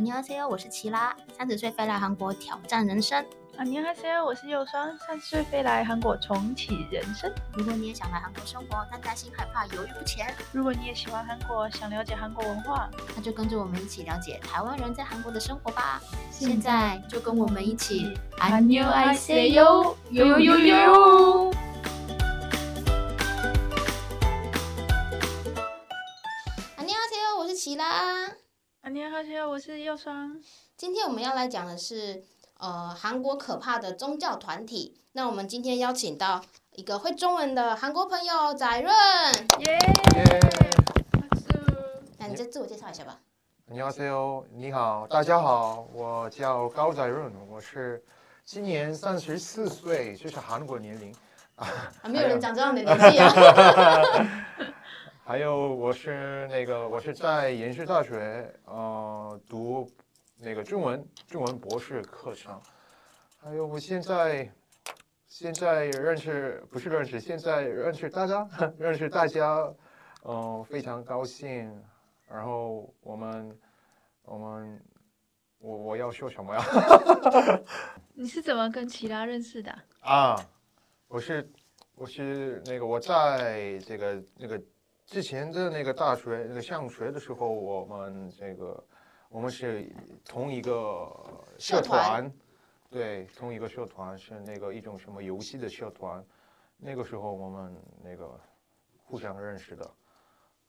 你好，C O，我是奇拉，三十岁飞来韩国挑战人生。啊，你好，C O，我是佑双，三十岁飞来韩国重启人生。如果你也想来韩国生活，但担心害怕、犹豫不前，如果你也喜欢韩国，想了解韩国文化，那就跟着我们一起了解台湾人在韩国的生活吧。现在就跟我们一起， 안녕하세요呦呦呦。 안녕하세요，我是奇拉。啊，你好，C O，我是佑双。今天我们要来讲的是，呃，韩国可怕的宗教团体。那我们今天邀请到一个会中文的韩国朋友载润，耶！耶拍手那你再自我介绍一下吧。你好 C O，你好，大家好，我叫高载润，我是今年三十四岁，这是韩国年龄。啊，没有人讲知道你的年纪啊。还有我是那个我是在延世大学呃读那个中文中文博士课程，还有我现在现在认识不是认识，现在认识大家 认识大家，嗯、非常高兴。然后我们我们我我要说什么呀？ 你是怎么跟奇拉认识的啊？啊，我是我是那个我在这个那个之前的那个大学那个上学的时候，我们这个我们是同一个社社团团，对，同一个社团是那个一种什么游戏的社团，那个时候我们那个互相认识的。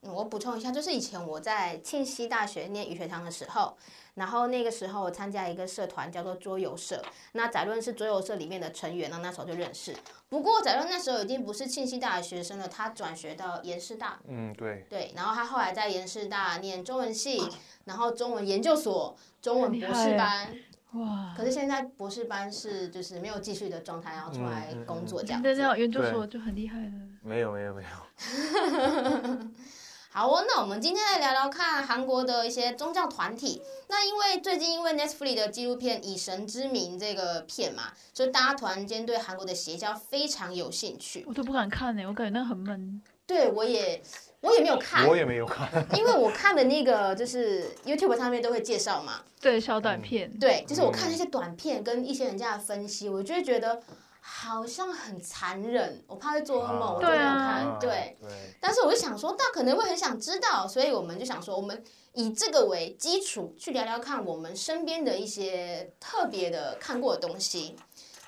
嗯，我补充一下，就是以前我在庆熙大学念语学堂的时候，然后那个时候我参加一个社团叫做桌游社，那载润是桌游社里面的成员，那那时候就认识。不过载润那时候已经不是庆熙大的学生了，他转学到延师大，嗯，对，对，然后他后来在延师大念中文系，然后中文研究所、中文很厉博士害班，哇可是现在博士班是就是没有继续的状态，然后出来嗯嗯工作这样真子。的那种研究对所就很厉害了。没有没有没有。好哦，那我们今天来聊聊看韩国的一些宗教团体。那因为最近因为 Netflix 的纪录片《以神之名》这个片嘛，所以大家突然间对韩国的邪教非常有兴趣。我都不敢看呢、我感觉那个很闷。对我也，我也没有看我，也没有看。因为我看的那个就是 YouTube 上面都会介绍嘛。对，小嗯短片。对，就是我看那些短片跟一些人家的分析，我就会觉得好像很残忍，我怕会做噩梦，我就没有对啊看。对。对，但是我就想说，大家可能会很想知道，所以我们就想说，我们以这个为基础去聊聊看我们身边的一些特别的看过的东西。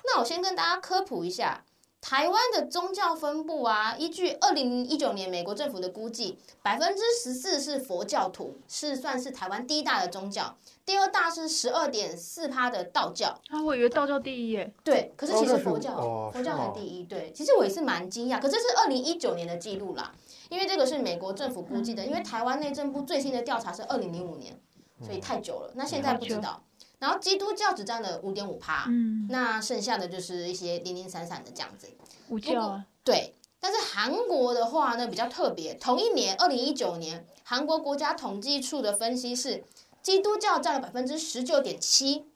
那我先跟大家科普一下，台湾的宗教分布啊，依据二零一九年美国政府的估计，百分之十四是佛教徒，是算是台湾第一大的宗教，第二大是十二点四趴的道教。啊，我以为道教第一耶。对，可是哦其那实是佛教、哦佛教是才吗第一。对，其实我也是蛮惊讶，可这是二零一九年的记录啦，因为这个是美国政府估计的，因为台湾内政部最新的调查是二零零五年，所以嗯太久了。那现在不知道。然后基督教只占了五点五趴，嗯，那剩下的就是一些零零散散的这样子。午觉啊。对，但是韩国的话呢比较特别，同一年二零一九年，韩国国家统计处的分析是，基督教占了百分之十九点七，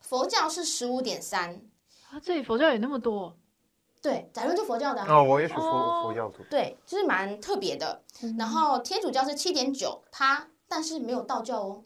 佛教是十五点三。啊，这里佛教也那么多。对，假如就佛教的啊、啊，我也是哦佛佛教徒。对，就是蛮特别的。然后天主教是七点九趴，但是没有道教哦。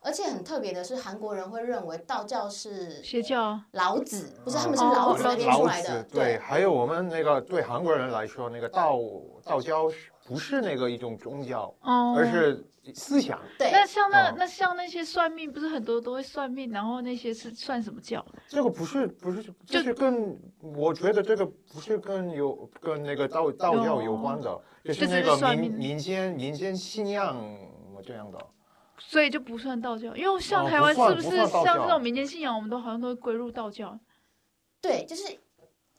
而且很特别的是，韩国人会认为道教是邪教啊。老子，不是他们是哦老子老那边老出来的子，对，还有我们那个对韩国人来说，那个道道教是不是那个一种宗教，哦。而是思想。对那像那、哦那像那些算命，不是很多都会算命，然后那些是算什么教？这个不是不是，就是跟我觉得这个不是跟有跟那个道道教有关的，就哦这只是那是个算民命民间民间信仰这样的。所以就不算道教，因为像哦台湾不算是不是算道像教这种民间信仰，我们都好像都会归入道教。对，就是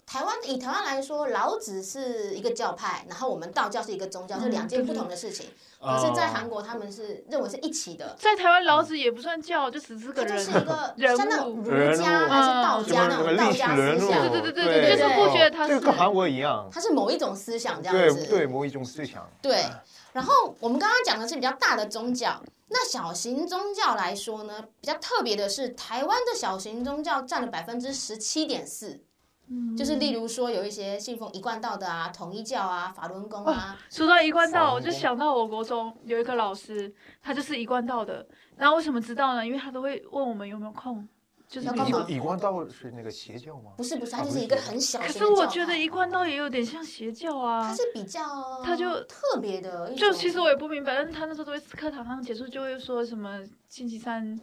台湾以台湾来说，老子是一个教派，然后我们道教是一个宗教，是两件不同的事情。可哦是，在韩啊国他们是认为是一起的，在台湾，老子也不算教，就只是它个就人啊是。一个人像那种物儒家人物还是道什家么那啊那个种历道史家人思物，想，对对对对对就是不觉得他这个是跟韩国一样，它是某一种思想这样对子。对，某一种思想。对，然后我们刚刚讲的是比较大的宗教，那小型宗教来说呢，比较特别的是，台湾的小型宗教占了百分之十七点四，嗯就是例如说有一些信奉一贯道的啊、统一教啊、法轮功啊，说到一贯道，哦我就想到我国中有一个老师，他就是一贯道的。然后为什么知道呢？因为他都会问我们有没有空，就是要比干如嘛说。以以光道是那个邪教吗？不是不是，它啊就不是是一个邪教很小可型的是我教啊觉得派一贯道也有点像邪教它啊。是比较它就特别的一就种，其实我也不明白，但是他那时候都会课堂上结束就会说什么星期三，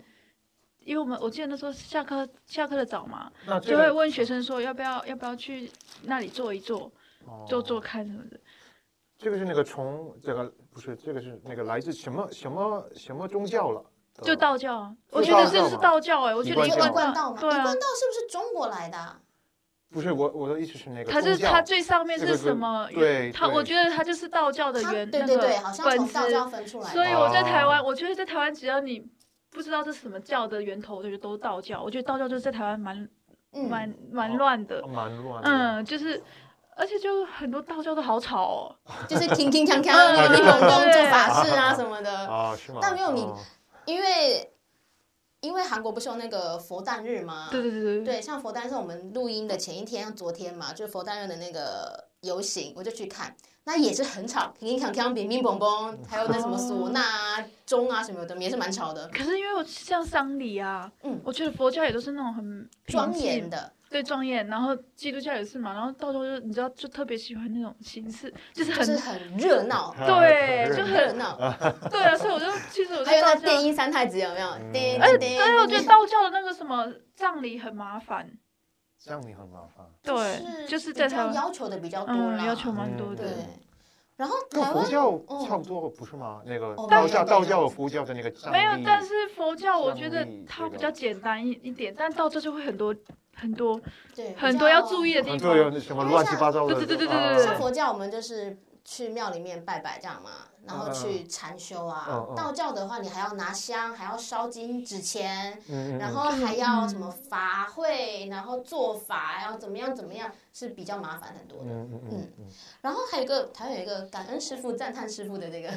因为我们我记得那时候下课下课的早嘛，那这就个会问学生说要不要要不要去那里坐一坐，坐坐哦看什么的。这个是那个从这个不是这个是那个来自什么什么什么宗教了？就道教啊，我就觉得道这教是嘛道教哎，我觉得一就一贯贯道嘛，对一啊贯，道是不是中国来的啊、不是我我的意思是那个它是宗教它最上面这是个是什么？对它对我觉得它就是道教的它原对那对对，个好像本从道质。教分出来所以的。我在台哦湾，我觉得在台湾，只要你不知道这是什么教的源头，我觉得都是道教。我觉得道教就是在台湾蛮嗯，蛮蛮哦乱的，蛮乱的。嗯，就是。而且就很多道教都好吵哦，就是听听看 看，嗯有地方公做对法事啊什么的。啊是吗？但没有你哦因为因为韩国不是有那个佛诞日吗？对对对对对，像佛诞是我们录音的前一天，昨天嘛，就是佛诞日的那个游行，我就去看，那也是很吵，乒乒乓乓、乒乒乓嗯乓，还有那什么唢呐啊、钟啊什么的，也是蛮吵的，可是因为我像丧礼啊，嗯我觉得佛教也都是那种很平庄静严的。对庄严，然后基督教也是嘛，然后道教就你知道就特别喜欢那种形式，就是就很、是很热闹，对，很就很很热闹。对啊，所以我就其 实我还对有道那教，电音三太子有没有？嗯叮哎叮叮。对，我觉得道教的那个什么葬礼很麻烦，这样你很麻烦。对，就是比在台较湾，要求的比较多嗯，啦，要求蛮多嗯的对。然后跟台佛湾教嗯差不多不是吗？那个哦道教但道教有佛教的那个藏没有历，但是佛教我觉得藏历它这比个较简单一一点，但道教就会很多很多对很多要注意。意的地很方多。有什么乱七八糟的，对对对对啊对像佛教，我们就是去庙里面拜拜这样嘛，嗯然后去禅修啊嗯。嗯道教的话，你还要拿香，还要烧金纸钱，嗯嗯然后还要什么法会，然后做法，然后怎么样怎么样，是比较麻烦很多的。嗯嗯嗯嗯，然后还有一个台湾有一个感恩师傅、赞叹师傅的这个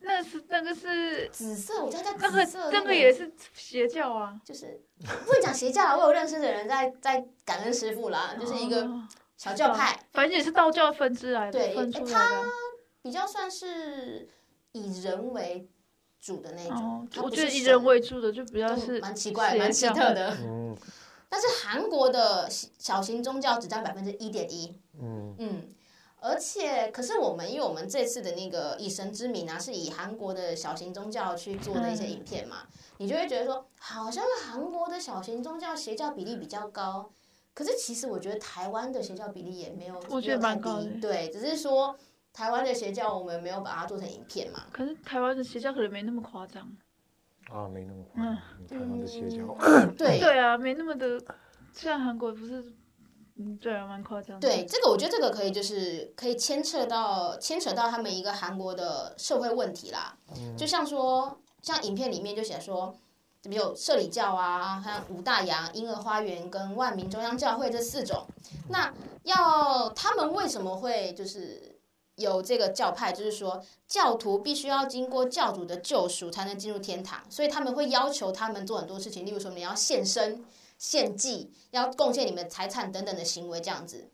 那是那个是紫色，我觉得那它叫个紫 色，那个也是邪教啊，就是不能讲邪教啦，我有认识的人在在感恩师傅啦，就是一个哦小教派，反正也是道教分支来的，对哎分出来它的。啊比较算是以人为主的那种哦。，它我不觉得是以神人为主的就比较嗯是蛮奇怪的、邪蛮奇教特的。嗯但是韩国的小型宗教只占百分之一点一，嗯嗯。而且，可是我们因为我们这次的那个以神之名啊，是以韩国的小型宗教去做的一些嗯影片嘛，你就会觉得说，好像韩国的小型宗教邪教比例比较高，可是其实我觉得台湾的邪教比例也没有，我觉得没有太蛮高的低对，只是说台湾的邪教我们没有把它做成影片嘛，可是台湾的邪教可能没那么夸张。啊，没那么夸张，台湾的邪教，嗯 对对啊，没那么的。虽然韩国不是，嗯，对啊，蛮夸张的。对，这个我觉得这个可以就是可以牵扯到牵扯到他们一个韩国的社会问题啦，就像说像影片里面就写说。比如有社里教啊，还有五大洋、婴儿花园跟万民中央教会这四种，那要他们为什么会就是有这个教派？就是说教徒必须要经过教主的救赎才能进入天堂，所以他们会要求他们做很多事情，例如说你要献身、献祭、要贡献你们的财产等等的行为这样子。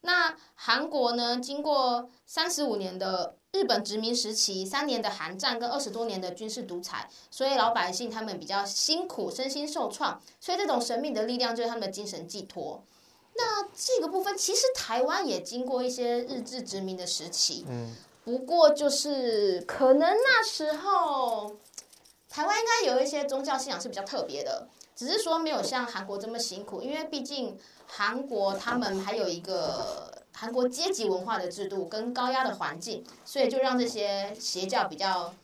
那韩国呢，经过三十五年的日本殖民时期、三年的韩战跟二十多年的军事独裁，所以老百姓他们比较辛苦，身心受创，所以这种神秘的力量就是他们的精神寄托。那这个部分其实台湾也经过一些日治殖民的时期，嗯不过就是可能那时候台湾应该有一些宗教信仰是比较特别的，只是说没有像韩国这么辛苦，因为毕竟韩国他们还有一个韩国阶级文化的制度跟高压的环境，所以就让这些邪教比较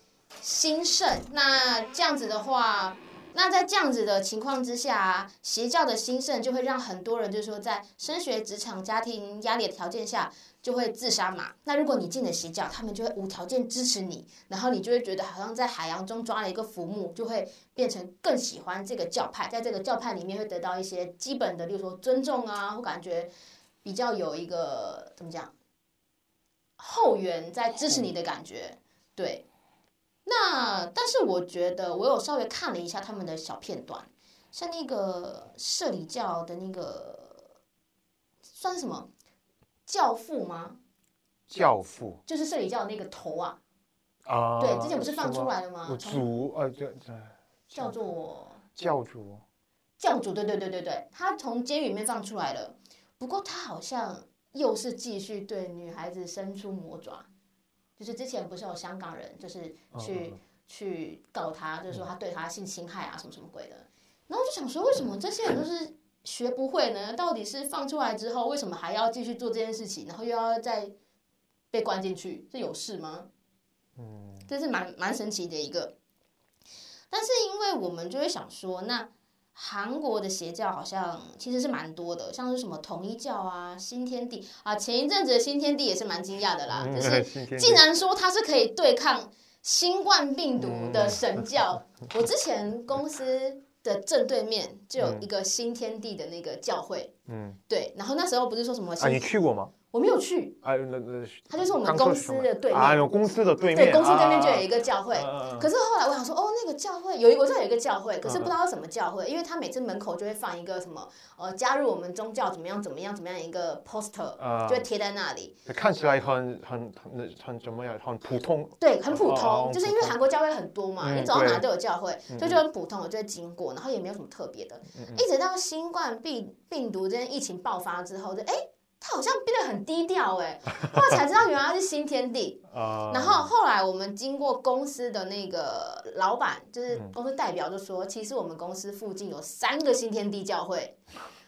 兴盛。那这样子的话。那在这样子的情况之下，邪教的兴盛就会让很多人，就是说在升学、职场、家庭压力的条件下，就会自杀嘛。那如果你进了邪教，他们就会无条件支持你，然后你就会觉得好像在海洋中抓了一个浮木，就会变成更喜欢这个教派，在这个教派里面会得到一些基本的，例如说尊重啊，或感觉比较有一个怎么讲后援在支持你的感觉，对。那但是我觉得我有稍微看了一下他们的小片段，像那个社里教的那个算是什么教父吗？教父就是社里教那个头啊，啊，对，之前不是什放么出来了吗？从族呃，对对，叫做教主教主，对对对对对，他从监狱里面放出来了，不过他好像又是继续对女孩子伸出魔爪，就是之前不是有香港人就是去、去告他，就是说他对他性侵害啊什么什么鬼的，然后就想说为什么这些人都是学不会呢？到底是放出来之后为什么还要继续做这件事情，然后又要再被关进去，这有事吗？嗯这是蛮蛮神奇的一个。但是因为我们就会想说，那韩国的邪教好像其实是蛮多的，像是什么统一教啊、新天地啊，前一阵子的新天地也是蛮惊讶的啦，嗯，啊就是新天竟地然说它是可以对抗新冠病毒的神教。嗯我之前公司的正对面就有一个新天地的那个教会，嗯对，然后那时候不是说什么啊，你新，去过吗？我没有去，啊，那那它就是我们刚说公什司么的对面，啊，有公司的对面，啊对，公司对面就有一一个教会。啊可是后来我想说，哦，那个教会有一，我知道有一个教会，可是嗯嗯不知道是什么教会，因为他每次门口就会放一个什么，呃，加入我们宗教怎么样怎么样怎么样一个 poster，啊就会贴在那里。看起来很很很很怎么样，很普通，对，很普哦通，就是因为普通韩国教会很多嘛，嗯你走到哪对嗯都有教会，所以就很普通，我就会经过，然后也没有什么特别的。一直到新冠病病毒这件疫情爆发之后，就哎，它好像变得很低调哎，后来才知道原来是新天地。啊，哎然后后来我们经过公司的那个老板，就是公司代表，就说、其实我们公司附近有三个新天地教会，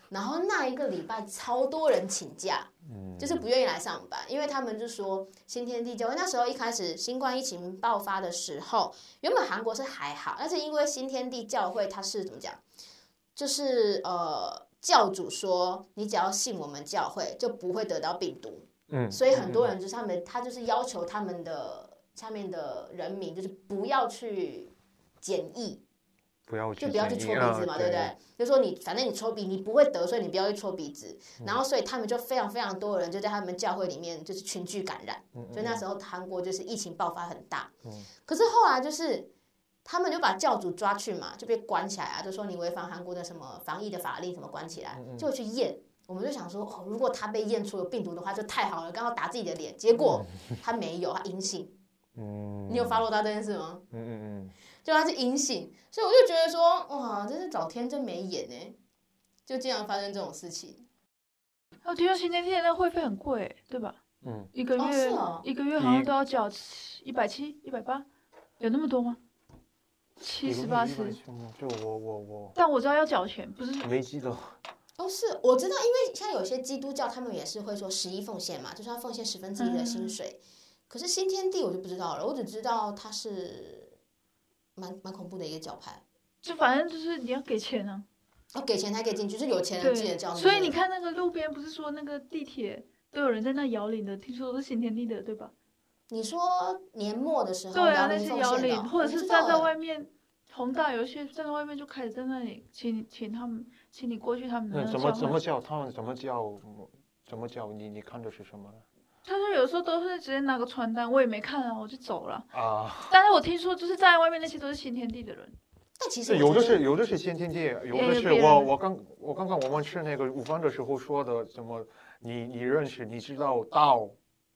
然后那一个礼拜超多人请假，嗯就是不愿意来上班，因为他们就说新天地教会那时候一开始新冠疫情爆发的时候，原本韩国是还好，但是因为新天地教会它是怎么讲，就是呃教主说你只要信我们教会就不会得到病毒，嗯，所以很多人就是他们，他就是要求他们的下面的人民就是不要去检疫，嗯不要就不要去戳鼻啊子嘛，对不对？？就说你反正你戳鼻，你不会得，所以你不要去戳鼻子。然后所以他们就非常非常多人就在他们教会里面就是群聚感染，所以那时候韩国就是疫情爆发很大。嗯可是后来就是。他们就把教主抓去嘛，就被关起来啊，就说你违反韩国的什么防疫的法令，什么关起来，就去验。我们就想说，哦，如果他被验出有病毒的话，就太好了，刚好打自己的脸。结果他没有，他阴性。嗯，你有 follow 到这件事吗？嗯嗯嗯，就他是阴性，所以我就觉得说，哇，真是老天真没眼呢，就经常发生这种事情。我哦听说新天地的那个会费很贵，对吧？嗯，一个哦月、是哦一个月好像一都要缴一百七、一百八，有那么多吗？七十八十，就我我我但我知道要缴钱，不是没记得，哦，是我知道，因为像有些基督教他们也是会说十一奉献嘛，就是要奉献十分之嗯一的薪水。可是新天地我就不知道了，我只知道它是蛮蛮恐怖的一个教派，就反正就是你要给钱啊。要给钱才可以进去，就是有钱对人进的教。所以你，看那个路边，不是说那个地铁都有人在那摇铃的，听说都是新天地的，对吧？你说年末的时候，对啊，那铃些奉摇献铃的，，或者我不是知道站在欸外面，宏大有一些站在外面就开始在那里请请他们，请你过去嗯他们的那那嗯怎个么教怎么会叫他们怎么叫怎么叫你你看的是什么他说有时候都是直接拿个传单，我也没看啊，我就走了。啊？但是我听说就是站在外面那些都是新天地的人，但其 实是我有的觉得是有的是先天地，有也有的是别我人我刚我刚刚我们吃那个午饭的时候说的什么你你认识你知道道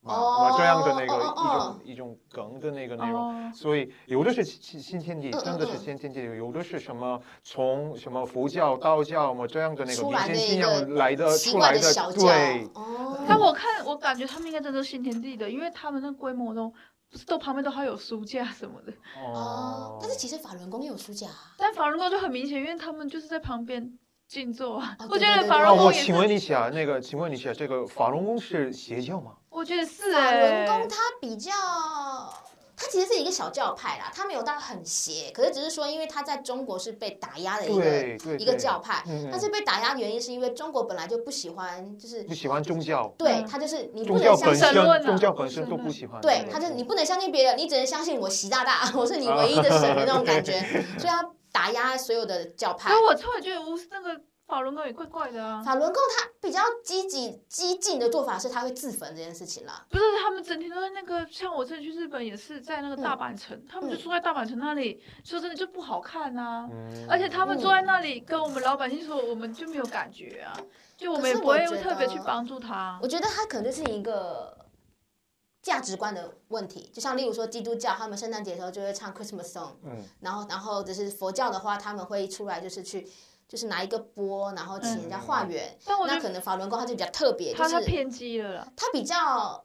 吗？哦这样的那哦哦个一种一种梗的那个内容。哦，所以有的是新新天地，嗯嗯真的是新天地；有的是什么从什么佛教、道教嘛这样的那个出民来间的一信个仰来的奇呃出怪来的的小，教对，哦。但我看我感觉他们应该真的是新天地的，因为他们那规模都不是都旁边都还有书架什么的，哦，但是其实法轮功也有书架啊。但法轮功就很明显，因为他们就是在旁边静坐啊。哦 我对觉对得对法对啊，轮对功我也请是，问一下，那个，请问一下，这个法轮功是邪教吗？我觉得是法轮哎、功它比较，它其实是一个小教派啦，它没有到很邪，可是只是说，因为它在中国是被打压的一个对对，一个对教，派，嗯，但是被打压的原因是因为中国本来就不喜欢，就是不喜欢宗教，对嗯它就是你不宗能教相本信神。论啊身，宗教本身都不喜欢，嗯对，对他就是你不能相信别人，你只能相信我习大大，我是你 唯一的神的那种感觉，所以他打压所有的教哦派所以。我突然觉得无那个法轮功也怪怪的啊，法轮功它比较积极激进的做法是，它会自焚这件事情啦。不是他们整天都在那个，像我之前去日本也是在那个大阪城，他们就嗯坐在大阪城那里，说真的就不好看啊。嗯而且他们坐在那里跟我们老百姓说，我们就没有感觉啊，就我们也可是不我会觉特别去得帮助他啊我。觉得它可能就是一个价值观的问题，就像例如说基督教，他们圣诞节的时候就会唱 Christmas song，嗯然后然后就是佛教的话，他们会出来就是去就是拿一个钵，然后请人家嗯化缘。但我觉那得可能法轮功它就比较特别，就他是他偏激了啦，它比较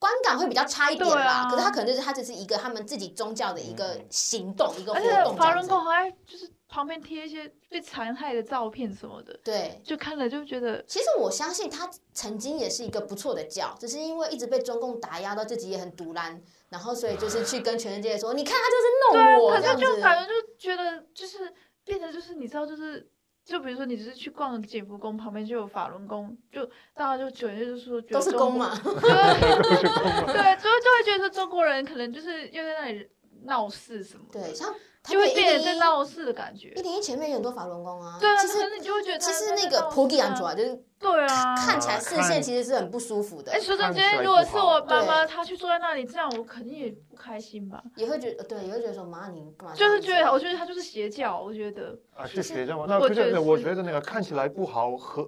观感会比较差一点对啦。啊可是它可能就是它只是一个他们自己宗教的一个嗯行动，一个活而动且这样子。法轮功还就是旁边贴一些被残害的照片什么的，对，就看了就觉得其实我相信他曾经也是一个不错的教，只是因为一直被中共打压到自己也很独揽，然后所以就是去跟全世界说，你看他就对是啊，弄我可这样是子。就反正就觉得就是变得就是你知道就是。就比如说，你只是去逛景福宫，旁边就有法轮功，就大家就觉得就是说，觉都得是中国，公 嘛，对，对，就就会觉得说中国人可能就是又在那里闹事什么的， 对，像他就们会一变得在零闹事的感觉一。零一前面有很多法轮功啊，对啊，其可实能你就会觉得他其实他在那个闹普吉事安卓啊，啊，就是对啊，看起来视线看其实是很不舒服的哎，，说真的，看起今来天如不果是好我妈妈，对她去坐在那里这样，我肯定也不开心吧。也会觉得对，也会觉得说妈你干嘛就这样是子？啊觉得，我觉得她就是邪教，我觉得啊是就学是生吗？那我不觉是，得那我是觉得那个看起来不好和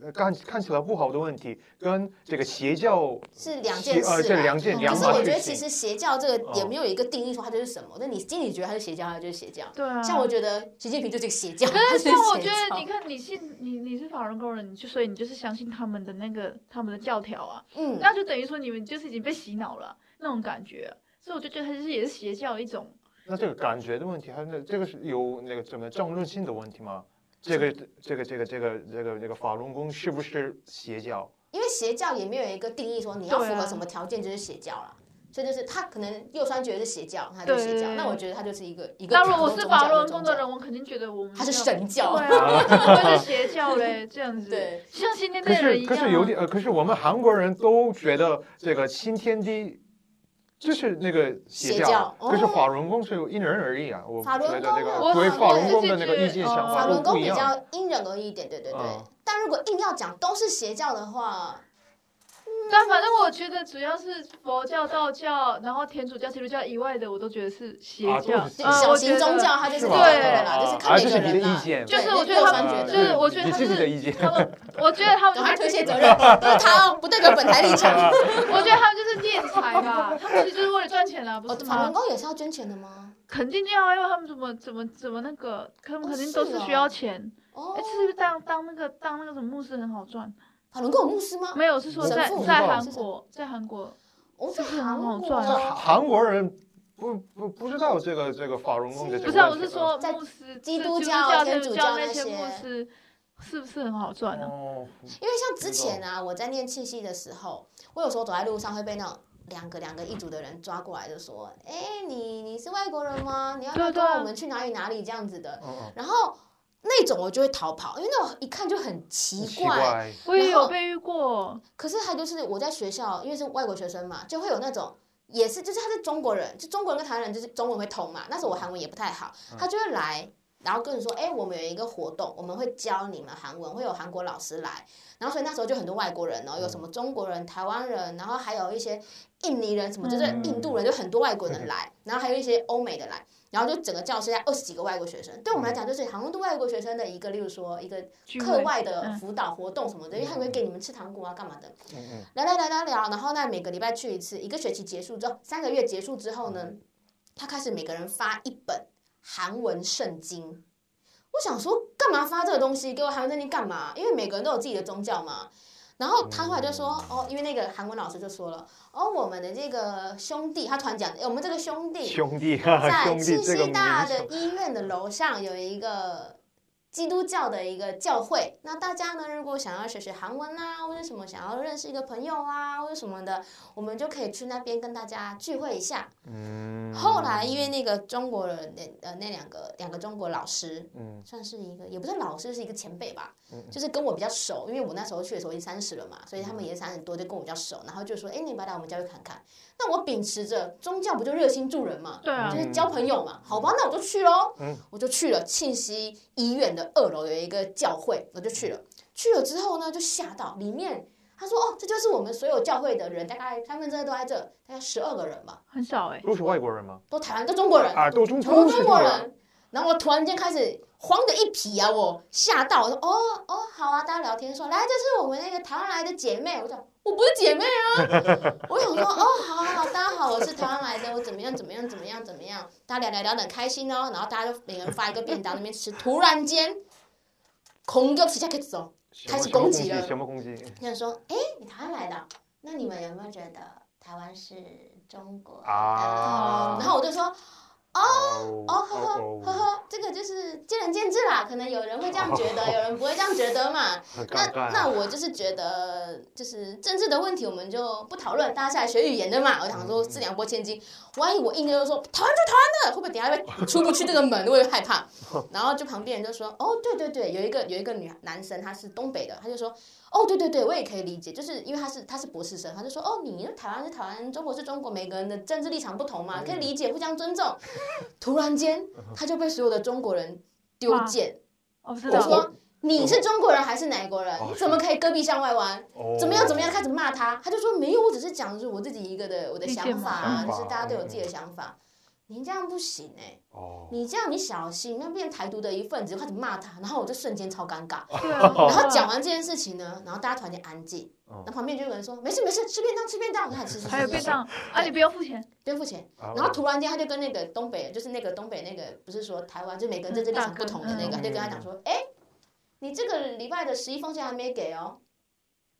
呃看看起来不好的问题，跟这个邪教是两件事、啊呃这两件嗯两可是码我事觉得情其实邪教这个也哦没有一个定义说它就是什么，那、你心里觉得它是邪教，它就是邪教。对啊。像我觉得习近平就是个邪教，可他是就像我邪觉得，教你看你信你你是法轮功人，你就所以你就是相信他们的那个他们的教条啊，嗯，那就等于说你们就是已经被洗脑了那种感觉啊、所以我就觉得它就是也是邪教的一种。那这个感觉的问题，还有那这个是有那个怎么政论性的问题吗？这个这个这个这个这个这个法轮功是不是邪教？因为邪教也没有一个定义说你要对符啊合什么条件就是邪教啦。所以就是他可能右酸觉得是邪教，他就是邪教。对那我觉得他就是一个一个。那如果我是法轮功的，人，我肯定觉得我们他是要神教对 啊，怎么会是邪教嘞？这样子，，对，像新天地可的人是一可样、啊。是有点呃，可是我们韩国人都觉得这个新天地就是那个邪邪教可是哦法轮功是因人而异啊，我法觉轮得功这啊个我对好法对轮功的就那个觉意得见哦想法法轮都功不一比样。较因人而异一点，对对对。嗯但如果硬要讲都是邪教的话，但反正我觉得，主要是佛教、道教，然后天主教、基督教以外的，我都觉得是邪啊教。都是邪呃小我型觉宗得教它就是是吧各个人啦，啊就是啊看每这是个你的人啦意。见对就是我觉得右他酸觉啊得，就是我觉得你他自己是的意见。他 们，我觉得他赶 们快就推是卸责任，都是他哦，不代表本台立 场。我觉得他们就是敛财吧， 他们其实就是为了赚钱啦，不哦，是法轮吗？功也是要捐钱的吗？肯定要啊，因为他们怎么怎么怎么那个，他们哦肯定都是是哦需要钱。哦哎，，是不是当当那个当那个什么牧师很好赚？法轮功有牧师吗？没有，是说哦神在父在是吧韩是国，在韩国我在是不是韩很国好赚啊韩国人不不不知道这个这个法轮功的这个不问是题啊，啊，我是说在牧师、基就督基督教教、天天主主教教那那些些牧师，是不是很好赚啊？哦，因为像之前啊，我在念气息的时候，我有时候走在路上会被那种两个两个一组的人抓过来，就说：“哎、你你是外国人吗？你要不要对对跟啊我们去哪里哪里这样子的嗯嗯？”，然后那种我就会逃跑，因为那种一看就很嗯奇奇怪，我也然后有被遇过，可是他就是我在学校，因为是外国学生嘛，就会有那种也是就是他是中国人，就中国人跟台湾人就是中文会通嘛。那时候我韩文也不太好，嗯他就会来，然后跟你说，哎、我们有一个活动，我们会教你们韩文，会有韩国老师来。然后所以那时候就很多外国人嗯哦，有什么中国人、台湾人，然后还有一些印尼人，什么就是嗯印度人，就很多外国人来，然后还有一些欧美的来。然后就整个教室在二十几个外国学生，对我们来讲就是好像对外国学生的一个，例如说一个嗯聚课会外的嗯辅导活动什么的，因为他们会给你们吃糖果啊，干嘛的。嗯嗯，聊聊聊聊聊，然后呢，每个礼拜去一次，一个学期结束之后，三个月结束之后呢，他开始每个人发一本韩文圣经。我想说，干嘛发这个东西？给我韩文圣经干嘛？因为每个人都有自己的宗教嘛。然后他后来就说，哦，因为那个韩文老师就说了，哦，我们的这个兄弟，他突然讲，哎，我们这个兄弟兄弟啊，在兄弟庆这个熙名大字的医院的楼上有一个基督教的一个教会。那大家呢，如果想要学学韩文啊，或者什么想要认识一个朋友啊，或者什么的，我们就可以去那边跟大家聚会一下。嗯，后来因为那个中国人那呃那两个两个中国老师。嗯算是一个，也不是老师，是一个前辈吧，嗯嗯就是跟我比较熟，因为我那时候去的时候已经三十了嘛，所以他们也三十多，就跟我比较熟，然后就说，哎、你把来我们教会看看。那我秉持着宗教不就热心助人嘛，对啊就，是嗯交朋友嘛，好吧，那我就去喽。嗯我就去了庆熙医院的个二楼有一个教会，我就去了。去了之后呢，就吓到里面，他说哦，这就是我们所有教会的人，大概三分之二都在这，大概十二个人吧，很少哎、都是外国人吗？都台湾，都中国人，啊，都中全部都是中国。人。然后我突然间开始慌的一匹啊，我吓到，我说哦哦好啊，大家聊天说来，这是我们那个台湾来的姐妹，我想我不是姐妹啊， 我想说哦好好好，大家好，我是台湾来的，我怎么样怎么样怎么样怎么样，大家聊聊聊得很开心哦，然后大家就每个人发一个便当那边吃，突然间공격시작했어，开始攻击了什么攻击？就是说哎你台湾来的啊，那你们有没有觉得台湾是中国的？啊然后我就说哦哦，呵呵呵呵，这个就是见仁见智啦，可能有人会这样觉得，有人不会这样觉得嘛。很那尴尬。那我就是觉得，就是政治的问题，我们就不讨论，大家下来学语言的嘛。我想说，嗯四两拨千斤，万一我硬要说台湾就台湾的，会不会等下会出不去这个门，我也害 怕。然后就旁边人就说，哦，对对对，有一个有一个女男生，他是东北的，他就说，哦，对对对，我也可以理解，就是因为他是他是博士生，他就说，哦，你台湾是台湾，中国是中国，每个人的政治立场不同嘛，可以嗯理解，互相尊重。突然间，他就被所有的中国人丢哇剑，我哦不知我道，说。你是中国人还是哪国人？哦你怎么可以戈壁向外玩？哦怎么样怎么样？开始骂他，他就说没有，我只是讲就是我自己一个的我的意见想法啊，嘛就是大家都有嗯自己的想法。您这样不行哎、哦，你这样你小心，要变台独的一份子，就开始骂他，然后我就瞬间超尴尬。对 啊，然后对啊讲完这件事情呢，然后大家突然间安静，哦然后旁边就有人说没事没事，吃便当吃便当，我还吃吃吃，还有吃变吃相啊，你不用付钱，不用付钱。然然后突然间他就跟那个东北，就是那个东北那个，不是说台湾就每个人嗯政治立场不同的那个，他就跟他讲说，哎、你这个礼拜的十一封信还没给哦，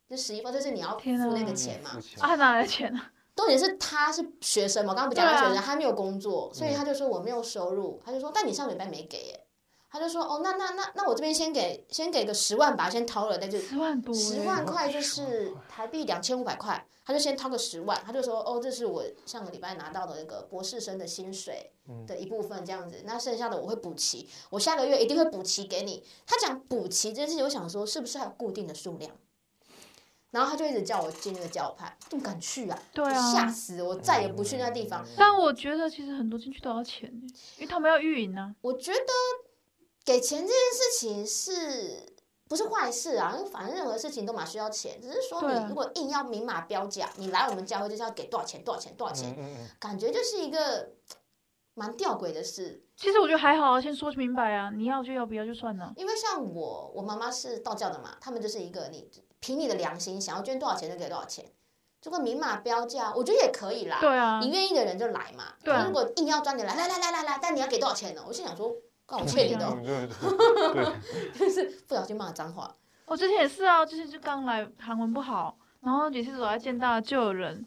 这十一封就是你要付天啊嗯那个钱嘛。啊，哪来的钱啊？重点是他是学生嘛，我刚刚不讲他对啊嗯学生，他没有工作，所以他就说我没有收入，他就说但你上礼拜没给耶，他就说哦那那那那我这边先给先给个十万吧，先掏了，那就十万多、欸，十万块就10是万块台币两千五百块，他就先掏个十万，他就说哦，这是我上个礼拜拿到的那个博士生的薪水嗯的一部分，这样子，那剩下的我会补齐，我下个月一定会补齐给你。他讲补齐这件事情，我想说是不是还有固定的数量？然后他就一直叫我进那个教派，我怎么敢去啊？对吓啊。死我，再也不去那地嗯方。。但我觉得其实很多进去都要钱欸，因为他们要运营啊。我觉得给钱这件事情是不是坏事啊？因为反正任何事情都嘛需要钱，只是说对啊你如果硬要明码标价，你来我们教会就是要给多少钱多少钱多少钱，嗯感觉就是一个蛮吊诡的事。其实我觉得还好啊，先说明白啊，你要就要，不要就算了。因为像我，我妈妈是道教的嘛，他们就是一个你凭你的良心想要捐多少钱就给多少钱，就会明码标价，我觉得也可以啦。对啊你，愿意的人就来嘛。对啊如果硬要抓你来来来来来来，但你要给多少钱呢？我心想说，干我啊欠你的 哦，对对 对，就是不小心骂脏话。我之前也是啊，之前就刚来韩文不好，然后也是走在建大就有人，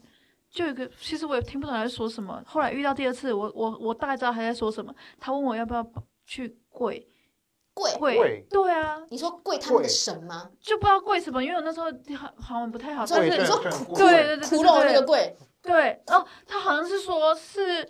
就有一个，其实我也听不懂他在说什么。后来遇到第二次，我我我大概知道他在说什么。他问我要不要去跪贵，跪，贵对啊，你说跪他们的神吗？就不知道跪什么，因为我那时候韩韩文不太好，你说但贵是你对说对 苦对对对对骷髅那个跪，对，哦，他好像是说是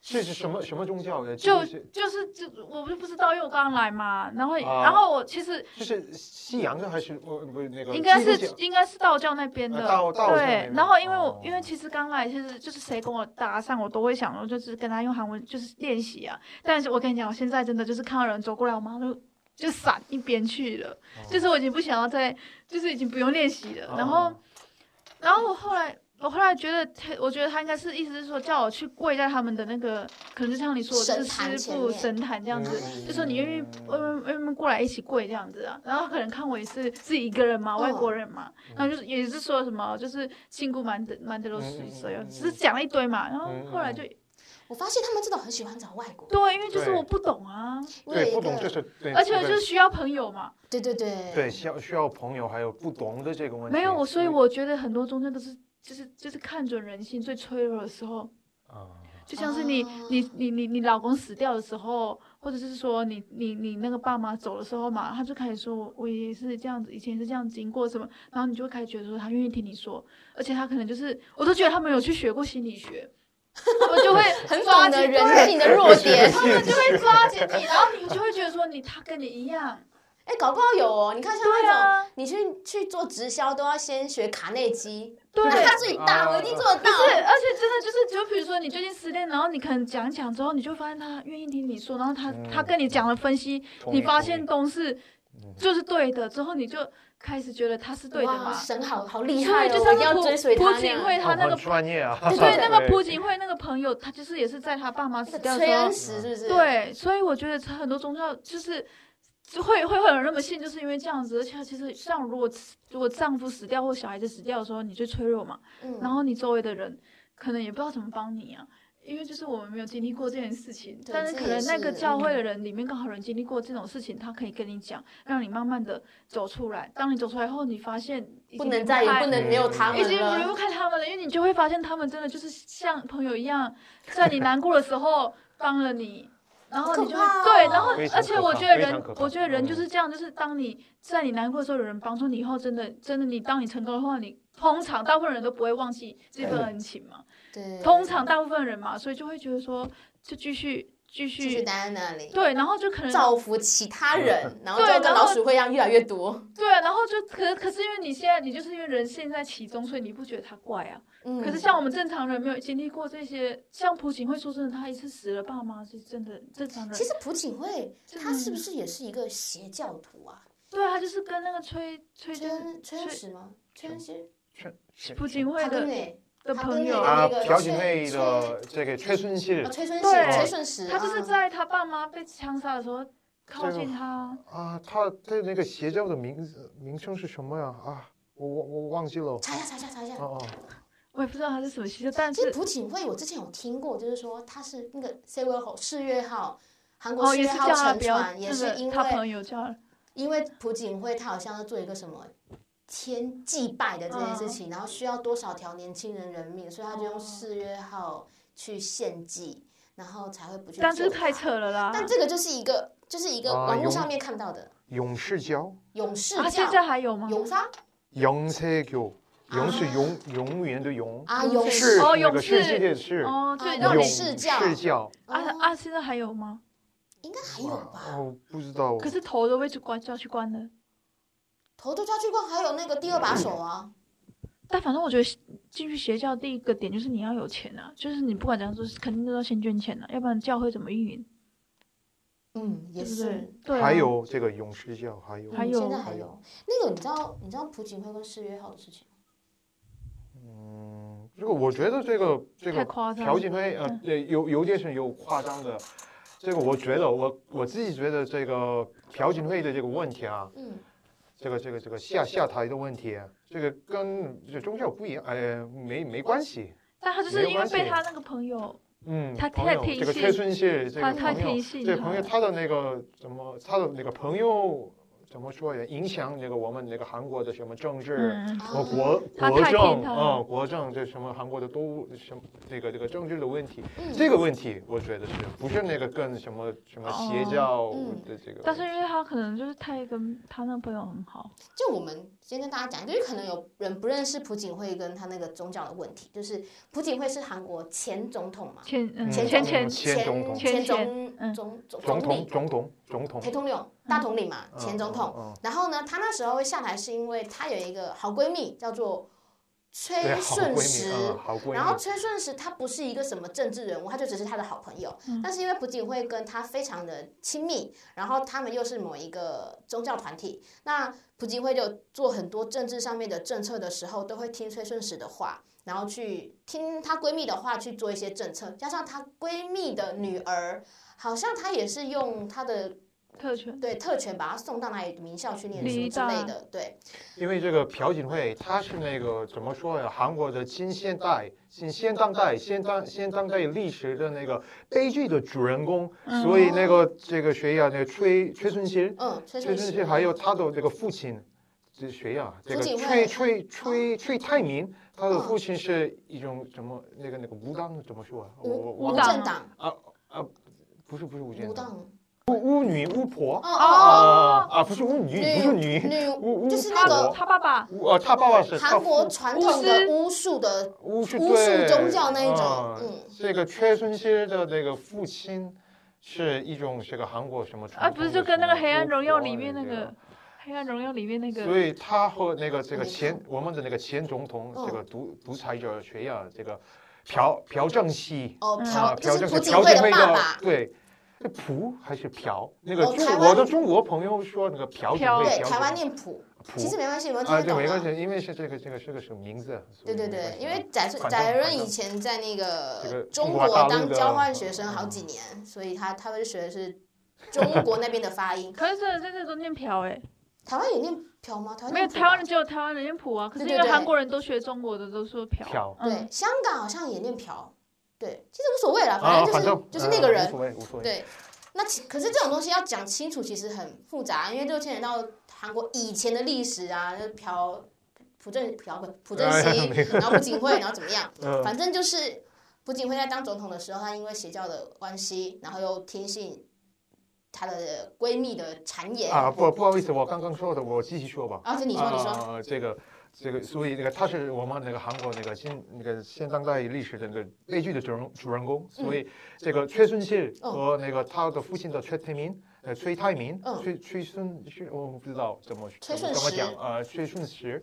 这是什么什么宗教的？是就是这我就不知道，因为我刚来嘛，然后、啊然后我其实就是西洋的还是呃不不那个？应该是应该是道教那边的，呃道道教那对边。然后因为我、哦因为其实刚来，其实就是谁跟我搭讪，我都会想，我就是跟他用韩文就是练习啊。但是我跟你讲，我现在真的就是看到有人走过来，我妈就就闪一边去了，啊就是我已经不想要再，就是已经不用练习了。然后然后我后来。我后来觉得他，我觉得他应该是意思是说叫我去跪在他们的那个，可能就像你说的，就神坛是师前傅面神坛这样子，就说你愿意呃愿不愿意过来一起跪这样子啊，然后可能看我也是自己一个人嘛，嗯外国人嘛，嗯然后就是也是说什么就是禁锢满德满德罗斯所有嗯嗯嗯，嗯只是讲了一堆嘛，然后嗯嗯后来就我发现他们真的很喜欢找外国，对，因为就是对我不懂啊，我有对一不懂就个，是对，而且就是需要朋友嘛，对对对，对需要需要朋友，还有不懂的这个问题。没有我，所以我觉得很多宗教都是就是就是看准人性最脆弱的时候，啊就像是你、啊你你你你老公死掉的时候，或者是说你你你那个爸妈走的时候嘛，他就开始说我我也是这样子，以前是这样经过什么，然后你就会开始觉得说他愿意听你说，而且他可能就是我都觉得他们有去学过心理学，他们就会 很抓懂紧得人性的弱点。他们就会抓紧你，然后你就会觉得说你他跟你一样，哎，搞不好有哦，你看像对那种。啊，你去去做直销，都要先学卡内基，对。 那他自己大，啊我一定做得不到。是，而且真的就是，就比如说，说你最近失恋，然后你可能讲一讲之后，你就发现他愿意听你说，然后他、嗯他跟你讲了分析，同意你发同现意公式嗯就是对的，之后你就开始觉得他是对的哇，嘛。神好好厉所害以哦，就我像一定那要个追随朴他那槿样惠，他哦那个很专业啊，对对，那个对朴槿惠那个朋友，他就是也是在他爸妈死那掉的个崔时候恩，实是不是？，对，所以我觉得很多宗教就是就会会会有人那么信，就是因为这样子。而且其实像如果如果丈夫死掉或小孩子死掉的时候，你最脆弱嘛，嗯，然后你周围的人可能也不知道怎么帮你啊。因为就是我们没有经历过这件事情，对但是这可也能那个是教会嗯的人里面刚好有人经历过这种事情，他可以跟你讲，让你慢慢的走出来。当你走出来后，你发现已不经能离再也开不能没有他已经们离不了。开他们了，因为你就会发现他们真的就是像朋友一样，在你难过的时候帮了你，然后你就好可怕哦会对，然后非常而且可怕我觉得非人常可，怕嗯我觉得人就是这样，就是当你在你难过的时候，有人帮助你以后，真的真的你当你成功的话，你通常大部分人都不会忘记这份恩情嘛，对，通常大部分人嘛，所以就会觉得说就继续继继续续待在那里，对，然后就可能造福其他人，然后对就跟然后老鼠会一样越来越多。对，然后就可可是因为你现在你就是因为人现在其中，所以你不觉得他怪啊。嗯，可是像我们正常人没有经历过这些，像朴槿惠说真的，她一次死了爸妈是真的正常人其。实朴槿惠真的她是不是也是一个邪教徒啊？对啊，就是跟那个崔崔崔真恩崔恩实吗？崔恩实，朴槿惠他跟的哎的他朋跟友，那啊，个那个朴槿惠崔的这个崔顺熙哦崔顺实对崔顺实，他就是啊在他爸妈被枪杀的时候靠这近个他，啊，他的那个邪教的名字名称是什么呀？啊，我我我忘记了。哦查一下查一下查一下。哦，我也不知道他是什么星座，但其实是朴槿惠我之前有听过，就是说她是那个 C 位号四月号。韩国哦四也月是号叫他沉不要船，也那是因个他为朋友叫了因为朴槿惠她好像要做一个什么天祭拜的这件事情，然后需要多少条年轻人人命，所以她就用嗯哦四月号去献祭，然后才会不去。但是太。扯了啊啦。但这个就是一个，就是一个啊网络勇上面看到的勇士教，勇士啊，现教、在还有吗？勇杀 영세教，勇是啊永永远的永，啊，勇勇是士哦那勇个士世界的士，哦，啊对，勇让勇你士教教。啊哦啊，现在还有吗？应该还有吧？哦，不知道可。是头都被去关，抓去关了。头都抓去过，还有那个第二把手啊，但反正我觉得进去邪教第一个点就是你要有钱啊，就是你不管怎样说，肯定都要先捐钱啊，要不然教会怎么运营，嗯，也对不是对。？对、啊还，有这个勇士教，还有还嗯有现在还还有有那个，你知道你知道朴槿惠跟世约号的事情吗？嗯，这个我觉得这个这太个夸张嗯朴了。槿惠呃，对有有点是有夸张的。这个我觉得我我自己觉得这个朴槿惠的这个问题啊，嗯，这个这个这个下下台的问题，这个跟这宗教不一样，哎，没没关系。但他就是因为被他那个朋友，嗯，他朋友太听这个信崔顺熙这他个他朋听友，信这个朋友了。他的那个怎么他的那个朋友怎么说呀？影响那个我们那个韩国的什么政治，嗯，啊哦我国他国太听政他啊，了国政这什么韩国的都什么这个这个政治的问题，嗯这个问题我觉得是不是那个跟什么什么邪教嗯的这个？但是因为他可能就是太跟他那个朋友很好，就我们先跟大家讲，就是可能有人不认识朴槿惠跟她那个宗教的问题，就是朴槿惠是韩国前总统嘛，前嗯前前前前前总统前前总嗯总总总统理总统总统裴通柳大统领嘛，嗯前总嗯统。嗯然后呢，她那时候会下台是因为她有一个好闺蜜叫做对崔好顺闺实蜜，嗯，好闺蜜，然后崔顺实他不是一个什么政治人物，他就只是他的好朋友。嗯但是因为朴槿惠跟他非常的亲密，然后他们又是某一个宗教团体，那朴槿惠就做很多政治上面的政策的时候，都会听崔顺实的话，然后去听她闺蜜的话去做一些政策。加上她闺蜜的女儿，好像她也是用她的特权，对特权把她送到哪里名校去念书梨之类大的，对，因为这个朴槿惠，她是那个怎么说呀？韩国的近现代、近现当代、现当现当代历史的那个悲剧的主人公，嗯所以那个这个谁呀、那个崔崔顺熙，嗯，崔崔顺顺实熙还有他的这个父亲，这谁呀、这个朴槿惠崔崔哦崔崔泰民，他的嗯父亲是一种什么那个那个无党怎么说啊？我我无我无党政党不是不是无无间道，党巫巫女巫婆哦啊啊，不是巫女，女不是女女巫巫就是他那个他爸爸巫呃，他爸爸是他韩父国传统的巫术的巫术巫术对宗教那一种啊嗯这个崔顺熙的那个父亲是一种这个韩国什么传啊，统的不是就跟那个《什么黑暗荣耀》里巫面婆那啊个《黑暗荣耀》里面那这个。个，所以他和那个这个你前看我们的那个前总统嗯这个独独裁者谁呀这个。朴朴正熙哦，啊，朴朴就正是熙朴朴槿正惠的惠爸爸，对，是朴还是朴？那个哦中台湾我的中国朋友说那个朴槿朴惠，对，朴槿台湾惠念朴，朴其实没关系，我们听啊，得对，懂没关啊。系，因为是这个这个是个什么名字？所对以对没关对，系因啊为载反正载反仁正以前在那这个个中中国国大陆当的交换学生好几嗯年，所以他他们学的是中国那边的发音可是真的现在都念朴哎、台湾有念朴吗？台湾没有念朴台湾吧人只有台湾人念朴啊，可是啊因对对为对韩国人都学中国的都说朴。朴嗯对，香港好像也念朴，对，其实无所谓啦，啊，正就是、就是那呃个无人，所谓，无所谓。对。那其可是这种东西要讲清楚，其实很复杂，因为就牵扯到韩国以前的历史啊，就是朴朴正朴不朴 正哎熙，然后朴槿惠，然后怎么样，嗯，反正就是朴槿惠在当总统的时候，她因为邪教的关系，然后又听信她的闺蜜的谗言，啊，不不好意思，我刚刚说的，我继续说吧。而且你说你说，啊，这个这个，所以那个他是我们那个韩国那个现那个现当代历史的那个悲剧的主人主人公，所以这个崔顺熙嗯和那个他的父亲的崔泰民，呃，崔泰民，嗯崔崔顺熙，我不知道怎么崔怎么顺怎么实讲，呃，崔顺实。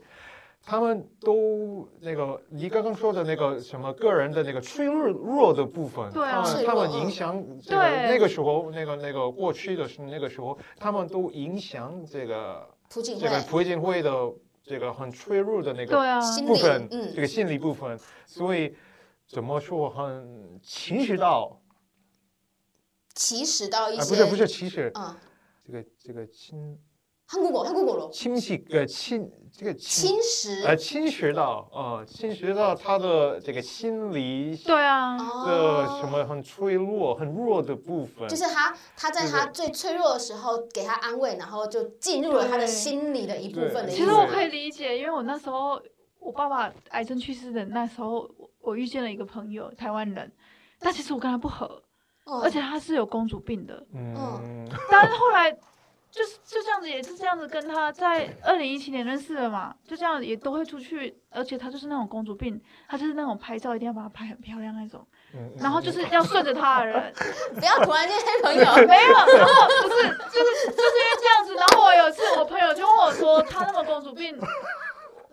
他们都那个，你刚刚说的那个什么个人的那个脆弱弱的部分，对啊他们脆他弱们影嗯响这个对那个时候那个那个过去的是那个时候，他们都影响这个朴槿这惠个朴槿惠的这个很脆弱的那个对啊，心部理分，，嗯这，个心理部分，所以怎么说很歧视到起始到啊、一不些，是不是歧视，嗯，这个这个侵 한국어한국어로 侵袭呃侵这个侵侵蚀呃侵蚀到啊、呃侵蚀到他的这个心理对啊，的哦，什么很脆弱、很弱的部分，就是他他在他最脆弱的时候给他安慰，然后就进入了他的心里的一部分的对意其思。实我可以理解，因为我那时候我爸爸癌症去世的那时候，我我遇见了一个朋友，台湾人，但其实我跟他不合，嗯而且他是有公主病的。嗯但是后来就是就这样子，也是这样子跟他在二零一七年认识的嘛，就这样子也都会出去，而且他就是那种公主病，他就是那种拍照一定要把它拍很漂亮那种，嗯，然后就是要顺着他的人，不要突然间黑朋友， 没有，然后不是，就是就是因为这样子，然后我有一次我朋友就问我说，他那么公主病，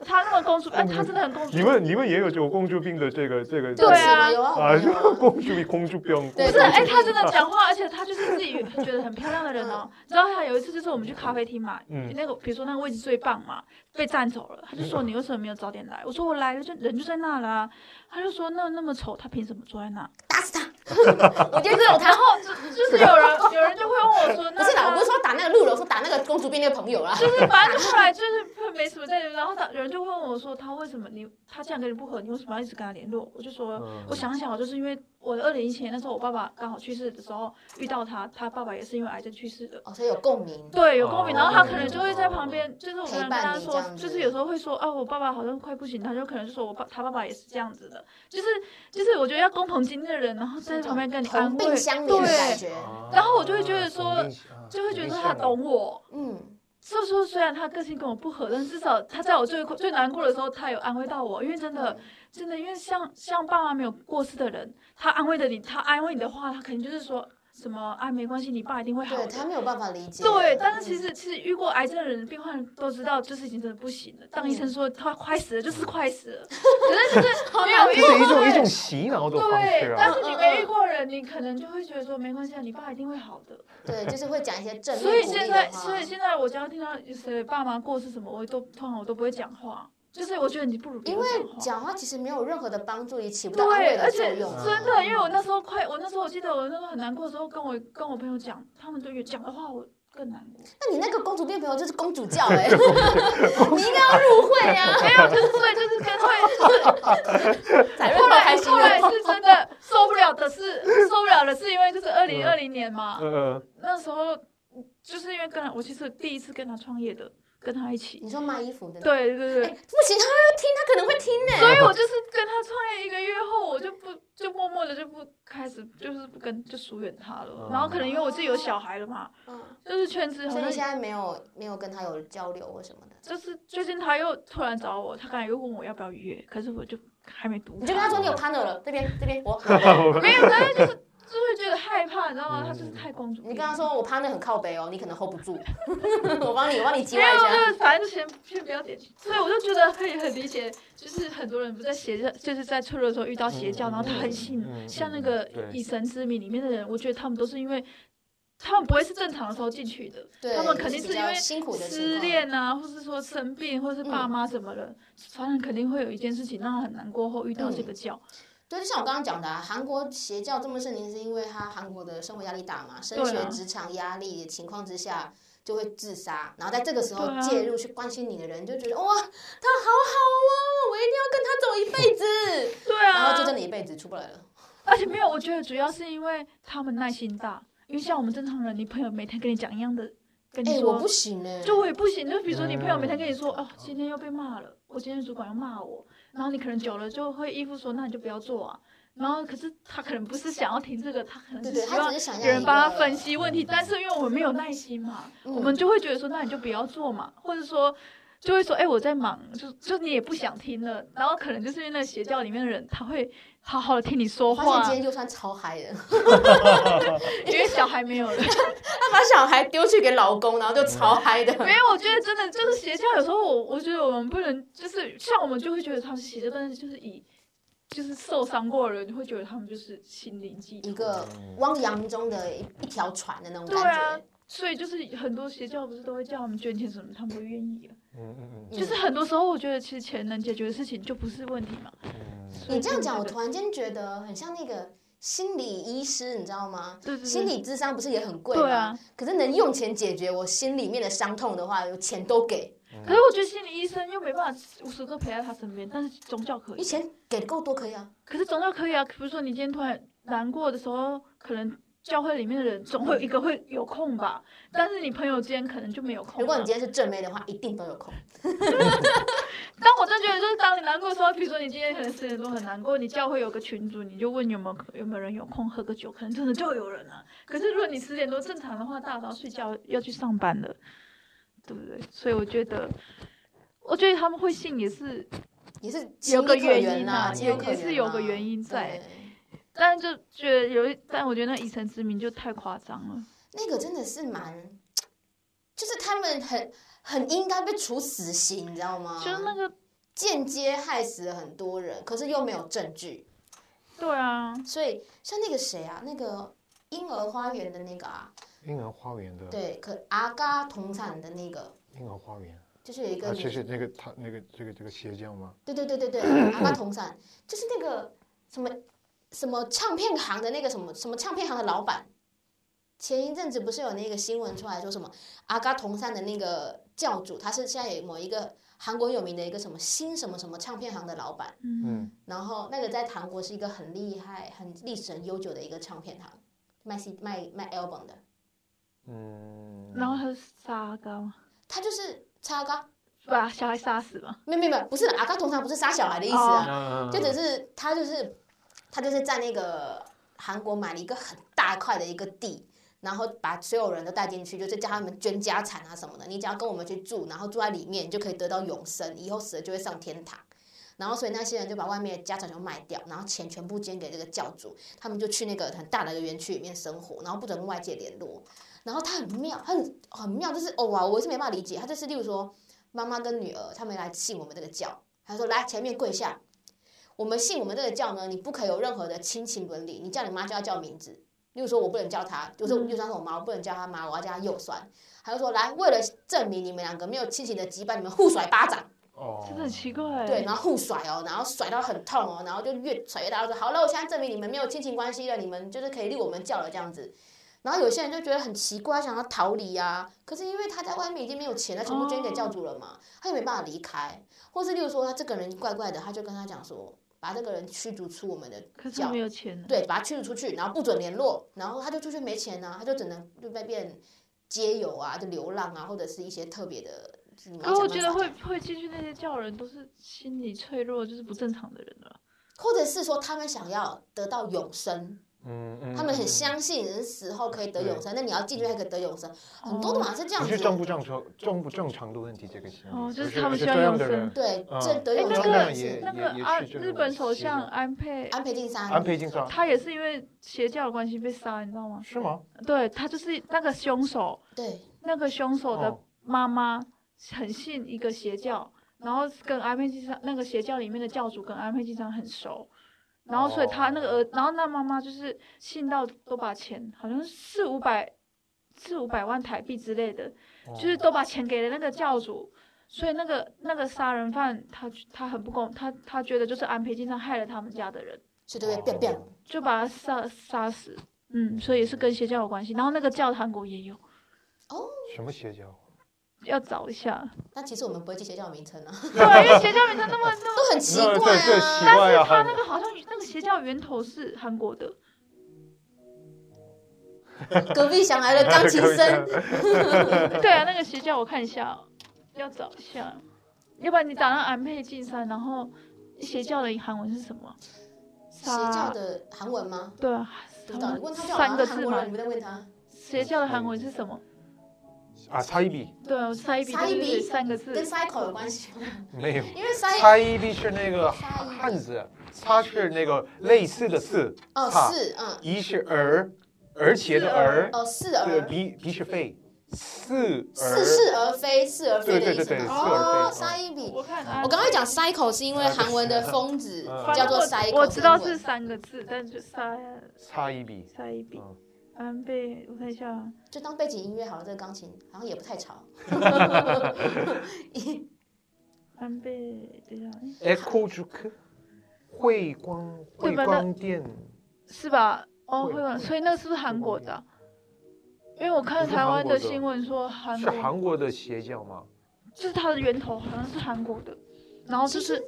他那么公主，哎，他真的很公主你病。们你们也有这个公主病的这个这个就对啊有啊，啊，有啊公主病、公主病，对不是，哎、他真的讲话，而且他就是自己觉得很漂亮的人哦。然后他有一次就是我们去咖啡厅嘛，嗯那个比如说那个位置最棒嘛，被占走了，他就说你为什么没有早点来？我说我来了，就人就在那啦、他就说那那么丑，他凭什么坐在 那？打死他！我觉得有，然后就就是有人有人就会问我说，不那是啦，我他不是说打那个路人，我说打那个公主病那个朋友啦。就是反正就后来就是没什么在，然后他有人就问我说他为什么你他这样跟你不合，你为什么要一直跟他联络？我就说我嗯想想，哦就是因为我的二零一七年那时候，我爸爸刚好去世的时候遇到他，他爸爸也是因为癌症去世的。哦，所以有共鸣，对，有共鸣，哦然后他可能就会在旁边，就是我陪跟伴他你说这样，子就是有时候会说啊，我爸爸好像快不行，他就可能就说我爸他爸爸也是这样子的，就是就是我觉得要共同经历的人，然后在旁边跟你安同病慰，相怜的感觉。然然后我就会觉得说就会觉得他懂我。嗯，是不是虽然他个性跟我不合，但至少他在我最困最难过的时候，他有安慰到我。因为真的，真的，因为像像爸妈没有过世的人，他安慰的你，他安慰你的话，他肯定就是说什么啊，没关系，你爸一定会好对他的。没有办法理解。嗯对，但是其实其实遇过癌症的人，病患都知道，就是已经真的不行了。当医生说他快死了，就是快死 了。可是就是没有这遇是一种一过种洗脑的方式对，啊但。是你没遇过人，你可能就会觉得说没关系，啊，你爸一定会好的。对，就是会讲一些正面所以鼓励的现在，话所以现在我只要听到谁爸妈过世什么，我都通常我都不会讲话，就是我觉得你不如不要因为讲话。讲话其实没有任何的帮助，也起不到安慰对，的而作且用嗯啊。真的，因为我那时候快，我那时候我记得我那时候很难过的时候，跟我跟我朋友讲，他们对讲的话我更难 过。那你那个公主病朋友就是公 主教哎、 你应该要入会啊！没有，就是所以就是跟会，彩后来后来是真的受不了的是受不了的是因为就是二零二零年嘛，嗯呃，那时候就是因为跟他我其实第一次跟他创业的，跟他一起。你说卖衣服的，，对对对哎、，不行，他要听，他可能会听呢、 所以我就是跟他创业一个月后，我就不就默默的就不开始就是不跟就疏远他了嗯。然后可能因为我自己有小孩了嘛，嗯，就是圈子所好以像你现在没有没有跟他有交流或什么的，就是最近他又突然找我，他刚才又问我要不要约，可是我就还没读。 你就跟他说你有 partner 了，这边这边我，没有，但是就是就是觉得害怕，你知道啊，她就是嗯太公主病了。你跟他说我 partner 很靠北哦，你可能 hold 不住，我帮你，我帮你激没外有，一下。就是反正就先先不要点进去。所以我就觉得可以很理解，就是很多人不在邪教，就是在脆弱的时候遇到邪教，然后他很信，嗯像那个对《以神之名》里面的人，我觉得他们都是因为。他们不会是正常的时候进去的，对，他们肯定就是比较因为辛苦的情失况，嗯恋啊，或是说生病，或是爸妈什么的，传人肯定会有一件事情让他很难过后遇到这个教，嗯对，就像我刚刚讲的、啊，韩国邪教这么盛行，是因为他韩国的生活压力大嘛，升对学、啊职场压力的情况之下。就会自杀，然后在这个时候对啊介入去关心你的人，就觉得哇，他好好哦，我一定要跟他走一辈子，对然后就啊真，的一辈子出不来了。而且没有，我觉得主要是因为他们耐心大，因为像我们正常人，你朋友每天跟你讲一样的，跟哎、你说，我不行哎、就我也不行，就比如说你朋友每天跟你说，嗯哦，今天又被骂了，我今天主管又骂我，然后你可能久了就会依附说，那你就不要做啊。然后可是他可能不是想要听这个，他可能对是对，希他望只是想要别人帮他一个分，析问题，但是因为我们没有耐心嘛，嗯我们就会觉得说，那你就不要做嘛，或者说。就会说，哎、我在忙，就就你也不想听了，然后可能就是因为那邪教里面的人，他会好好的听你说我发现话今，天就算超嗨的， 因为小孩没有了。他把小孩丢去给老公，然后就超嗨的。 没有，我觉得真的就是邪教，有时候我我觉得我们不能，就是像我们就会觉得他们邪教，但是就是以就是受伤过的人，你会觉得他们就是心灵寄一托。个汪洋中的一一条船的那种对感啊觉，，所以就是很多邪教不是都会叫他们捐钱什么，他们不愿意啊。嗯嗯嗯就是很多时候，我觉得其实钱能解决的事情就不是问题嘛。嗯嗯你这样讲，我对突然间觉得很像那个心理医师，你知道吗？对对心理智商不是也很贵吗？对啊。可是能用钱解决我心里面的伤痛的话，有钱都给，可是我觉得心理医生又没办法无时无刻陪在他身边，但是宗教可以你。钱给的够多可以啊。可是总要可以啊，比如说你今天突然难过的时候，可能教会里面的人总会有一个会有空吧，但是你朋友之间可能就没有空啊。如果你今天是正妹的话，一定都有空。但我真觉得，就是当你难过的时候，比如说你今天可能十点多很难过，你教会有个群组，你就问有没有有没有人有空喝个酒，可能真的就有人啊。可是如果你十点多正常的话，大早睡觉要去上班了，对不对？所以我觉得，我觉得他们会信也是也是有个情理可原因呐、啊情有可也原、啊、是有个原因在对。但就觉得有一，但我觉得那以神之名就太夸张了。那个真的是蛮，就是他们很很应该被处死刑，你知道吗？就是那个，间接害死了很多人，可是又没有证据，对啊，所以像那个谁啊，那个婴儿花园的那个啊，婴儿花园的对，可阿嘎同产的那个，婴儿花园，就是有一个啊，女，就是那个他那个这个这个邪教吗？对对对对对，阿嘎同产就是那个什么什么唱片行的那个什么什么唱片行的老板。前一阵子不是有那个新闻出来说什么阿嘎同善的那个教主，他是现在有某一个韩国有名的一个什么新什么什么唱片行的老板，嗯嗯，然后那个在韩国是一个很厉害、很历史很悠久的一个唱片行，卖 C 卖卖 album 的。嗯，然后他是杀阿嘎吗？他就是插嘎，把小孩杀死吗？没有没有没有，不是啦阿嘎，通常不是杀小孩的意思啊，啊就只是他就是他就是在那个韩国买了一个很大块的一个地。然后把所有人都带进去，就是叫他们捐家产啊什么的。你只要跟我们去住，然后住在里面，你就可以得到永生，以后死了就会上天堂。然后所以那些人就把外面的家产都卖掉，然后钱全部捐给这个教主，他们就去那个很大的一个园区里面生活，然后不准跟外界联络。然后他很妙，他很很妙，就是哦哇，我是没办法理解，他就是例如说妈妈跟女儿他们来信我们这个教，他说来前面跪下，我们信我们这个教呢，你不可以有任何的亲情伦理，你叫你妈就要叫名字。例如说，我不能叫她，就是嗯就算是我妈，我不能叫她妈，我要叫她右酸。他就说，来，为了证明你们两个没有亲情的羁绊，你们互甩巴掌。哦真的很奇怪。欸对，然后互甩哦，然后甩到很痛哦，然后就越甩越大，就说好了，我现在证明你们没有亲情关系了，你们就是可以立我们教了这样子。然后有些人就觉得很奇怪，想要逃离啊，可是因为他在外面已经没有钱了，全部捐给教主了嘛，他也没办法离开。或是例如说他这个人怪怪的，他就跟他讲说，把这个人驱逐出我们的可是教他没有钱呢。对，把他驱逐出去，然后不准联络，然后他就出去没钱啊，他就只能就被变街友啊，就流浪啊，或者是一些特别的。你们要可我想办觉得法会会进去那些教人都是心理脆弱，就是不正常的人了。啊或者是说他们想要得到永生，嗯嗯，他们很相信人死后可以得永生，那你要进去还可以得永生，很多都马上是这样不子是。正不正常、正不正常的问题，这个心理哦就是而是他们而需是要这样永的生人对嗯，这得哎永那生个的也是那也个也啊，是这个日本首习惯相安倍，安倍晋三，安倍晋三他也是因为邪教的关系被杀，你知道吗？是吗？对他就是那个凶手，对，那个凶手的哦妈妈很信一个邪教，然后跟安倍晋三那个邪教里面的教主跟安倍晋三很熟，然后所以他那个儿，然后那妈妈就是信到都把钱，好像是四五百四五百万台币之类的，哦就是都把钱给了那个教主。所以那个那个杀人犯他他很不公，他他觉得就是安倍晋三害了他们家的人，所以哦都会变变。就把他杀杀死。嗯，所以也是跟邪教有关系。然后那个教韩国也有，什么邪教？要找一下。但其实我们不会记邪教的名称 啊，对，因为邪教名称那么那么，都很奇那怪对对奇啊。怪但啊，是他韩那个好像那个邪教源头是韩国的，隔壁响来了钢琴 声， 对啊，那个邪教我看一下哦，要找一下，要不然你打上安倍晋三，然后邪教的韩文是什么？邪教的韩文吗？对啊，不知道，你问他就好三了。个韩字国嘛人，你，不在问他。邪教的韩文是什么？啊，差一笔对啊，塞比塞比就是三个字跟，cycle 有关系吗？没有。因为 cycle 差一笔是那个差一笔汉字，它是那个类似的似，哦差是嗯一是儿，而且的儿，哦是对，而鼻鼻是肺，似似儿，是而非是而非的意思对对对对吗？似而哦非嗯，cycle。我看啊我刚才讲 cycle 是因为韩文的疯子嗯叫做反 cycle，正我我知道英文是三个字，但就塞差一笔，塞比嗯安倍，我看一下啊，就当背景音乐好了。这个钢琴好像也不太吵。安倍，等一下。 echo 主科，汇光对汇吧那光电，是吧？哦，会会吧。会所以那个是不是韩国的啊？因为我看台湾的新闻说韩是国，韩国的邪教吗？就是它的源头好像是韩国的，然后就是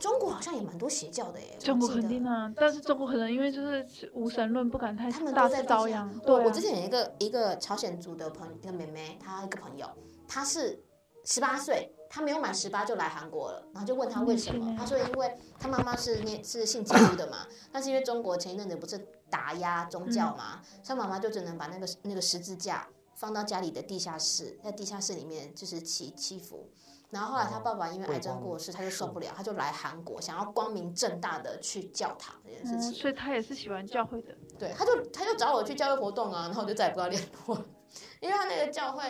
中国好像也蛮多邪教的耶，我中国记得肯定啊，但是中国可能因为就是无神论，不敢太他们大都肆在张地下扬。我对我啊之，前有一个一个朝鲜族的朋友一个妹妹，她一个朋友，她是十八岁，她没有满十八就来韩国了，然后就问她为什么嗯，她说因为她妈妈是念是信基督的嘛，但是因为中国前一阵子不是打压宗教嗯嘛，所以妈妈就只能把那个那个十字架放到家里的地下室，在地下室里面就是祈祈福。然后后来哦她爸爸因为癌症过世，她就受不了，她就来韩国，想要光明正大的去教堂这件事嗯，情。所以他也是喜欢教会的。对，他就他就找我去教会活动啊，然后我就再也不跟他联络 了，因为他那个教会，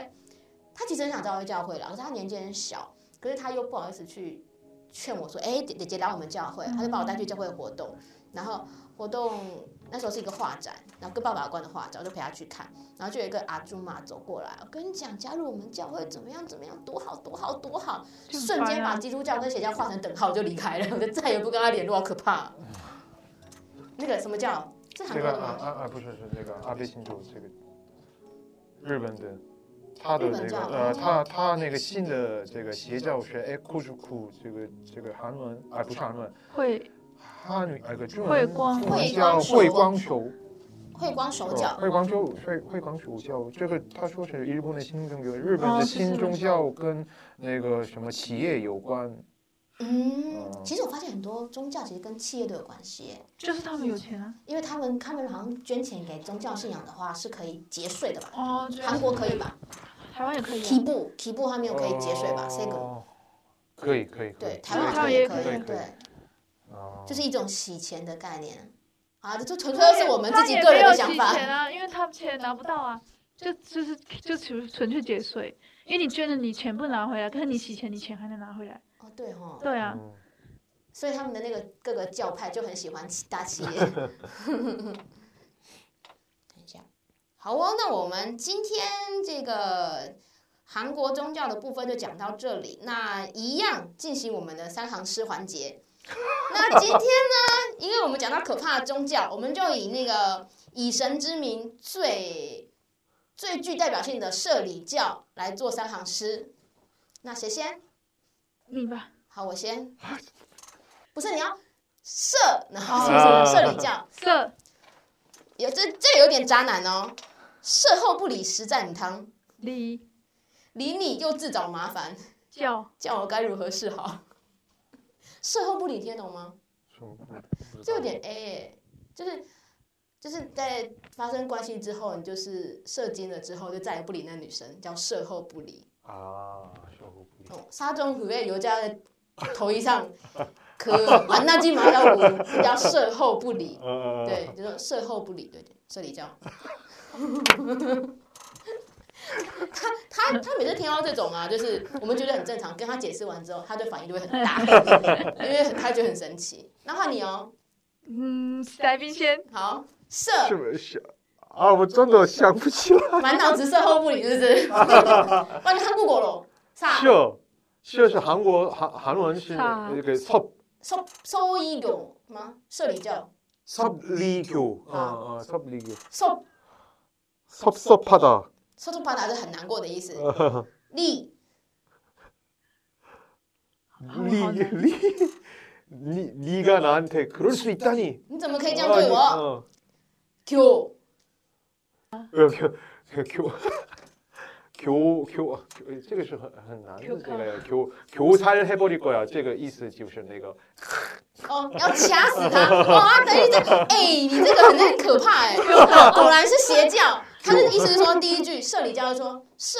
他其实很想教会教会啦，可是他年纪很小，可是他又不好意思去劝我说，哎、姐姐姐来我们教会，啊他就把我带去教会活动，然后活动那时候是一个画展，然后跟爸爸有关的画展，我就陪他去看，然后就有一个阿朱玛走过来，我跟你讲，加入我们教会怎么样怎么样，多好多好多好，就很瞬烦间啊把基督教跟邪教画成等号，我就离开了， 我就再也不跟他联络，好可怕、哦那个什么教？是韩嗯这国个的吗啊？啊啊，不是是那个阿倍晋三这个日本的，他的日本那个教呃，哦他他那个新的这个邪教是哎库主库这个这个韩文啊不是韩文，会汉语那呃个中慧文光中文慧叫光手慧光球，会光手哦脚，慧光球慧慧光手教这个他说是日本的新宗教，日本哦的是是新宗没错教跟那个什么企业有关，嗯哦，其实我发现很多宗教其实跟企业都有关系耶，就是他们有钱啊。因为他们他们好像捐钱给宗教信仰的话是可以节税的吧？哦，这样韩国可以吧台湾也可以啊。提布提布他们有可以节税吧？这个哦可以可以可以，对，台湾好台像湾也也可可以，以对，哦就是一种洗钱的概念。啊，这就纯粹他也是我们自己个人的想他也没法有洗。钱啊，因为他们钱拿不到啊，就就是就纯纯粹节税，因为你捐了你钱不拿回来，可是你洗钱你钱还能拿回来。哦，对哈，对啊，嗯所以他们的那个各个教派就很喜欢起大企业。 等一下，好哦，那我们今天这个韩国宗教的部分就讲到这里。那一样进行我们的三行诗环节。那今天呢，因为我们讲到可怕的宗教，我们就以那个以神之名最最具代表性的社里教来做三行诗。那谁先？你吧，好，我先。不是你要射，然后哦射礼教，这有这这有点渣男哦。事后不理实战汤，礼理你又自找麻烦，教叫我该如何是好？事后不理听得懂吗？说不不知道这有点 A，、欸、就是就是在发生关系之后，你就是射精了之后就再也不理那女生，叫射后不理。啊，效果不一样。哦，沙中虎被尤加的头一上磕，啊，那金马叫我叫射后不理，呃， 对，就说射后不理，对对，这里叫。他他他每次听到这种啊，就是我们觉得很正常，跟他解释完之后，他的反应就会很大，因为他觉得很神奇。那换你哦，嗯，来宾先，好射，是不是？啊，我真的想不起来。满脑子射后不理，是不是？哇，你看过国了，啥？秀，秀哦是韩国韩韩文是啊那个 섭 收收一种吗？射礼教， 섭리교. 어, 아. 어, 섭리교. 收 섭섭하다. 收出发达是很难过的意思。呃力 리, 어, 네. 리, 니, 니가 나한테 그럴 수 있다니. 你怎么可以这样 아, 对 니- 我？ 어. 九 교, 교, 교, 교, 교, 교, 这个是很很难的这个 교, 교살 해버릴 거야. 这个意思就是那个哦，要掐死他！哦，他等于这，哎，你这个很很可怕哎，果然是邪教。他的意思是说，第一句社里教就说社，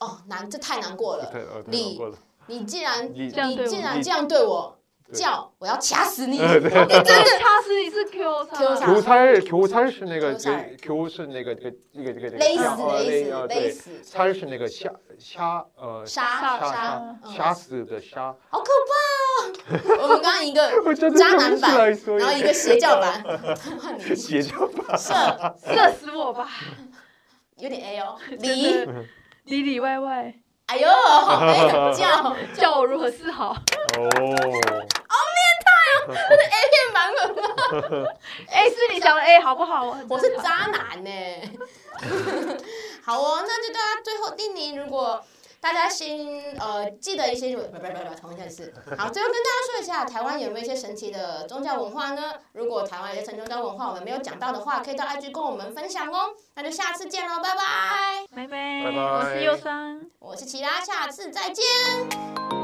哦，难，这太难过了。리. 리, 你既然你这样对你我竟然这样对我对叫，我要掐死 你！掐死你是 Q 叉 Q 叉 교살, 교살 是那个 교살. 교, 교是那个这个这个这个勒死，勒死，勒死， 살는那个虾虾呃杀杀杀，虾虾死的虾，好可怕哦！我们刚刚一个 我真渣男版，所然后一个邪教版，邪 教版社射死我吧，有点 A 哦， 真离，的里里外 外，哎呦，好哎呀，叫叫我如何是好？哦，变版本，哎，是你想的 A 好不好？我很我是正常渣男呢。 好哦，那就大家最后定你，如果大家新呃记得一些，不不不不，重新一次。好，最后跟大家说一下，台湾有没有一些神奇的宗教文化呢？如果台湾有一些神奇宗教文化我们没有讲到的话，可以到 IG 跟我们分享哦。那就下次见喽，拜拜。拜拜，拜拜我是右三。我是奇拉，下次再见。拜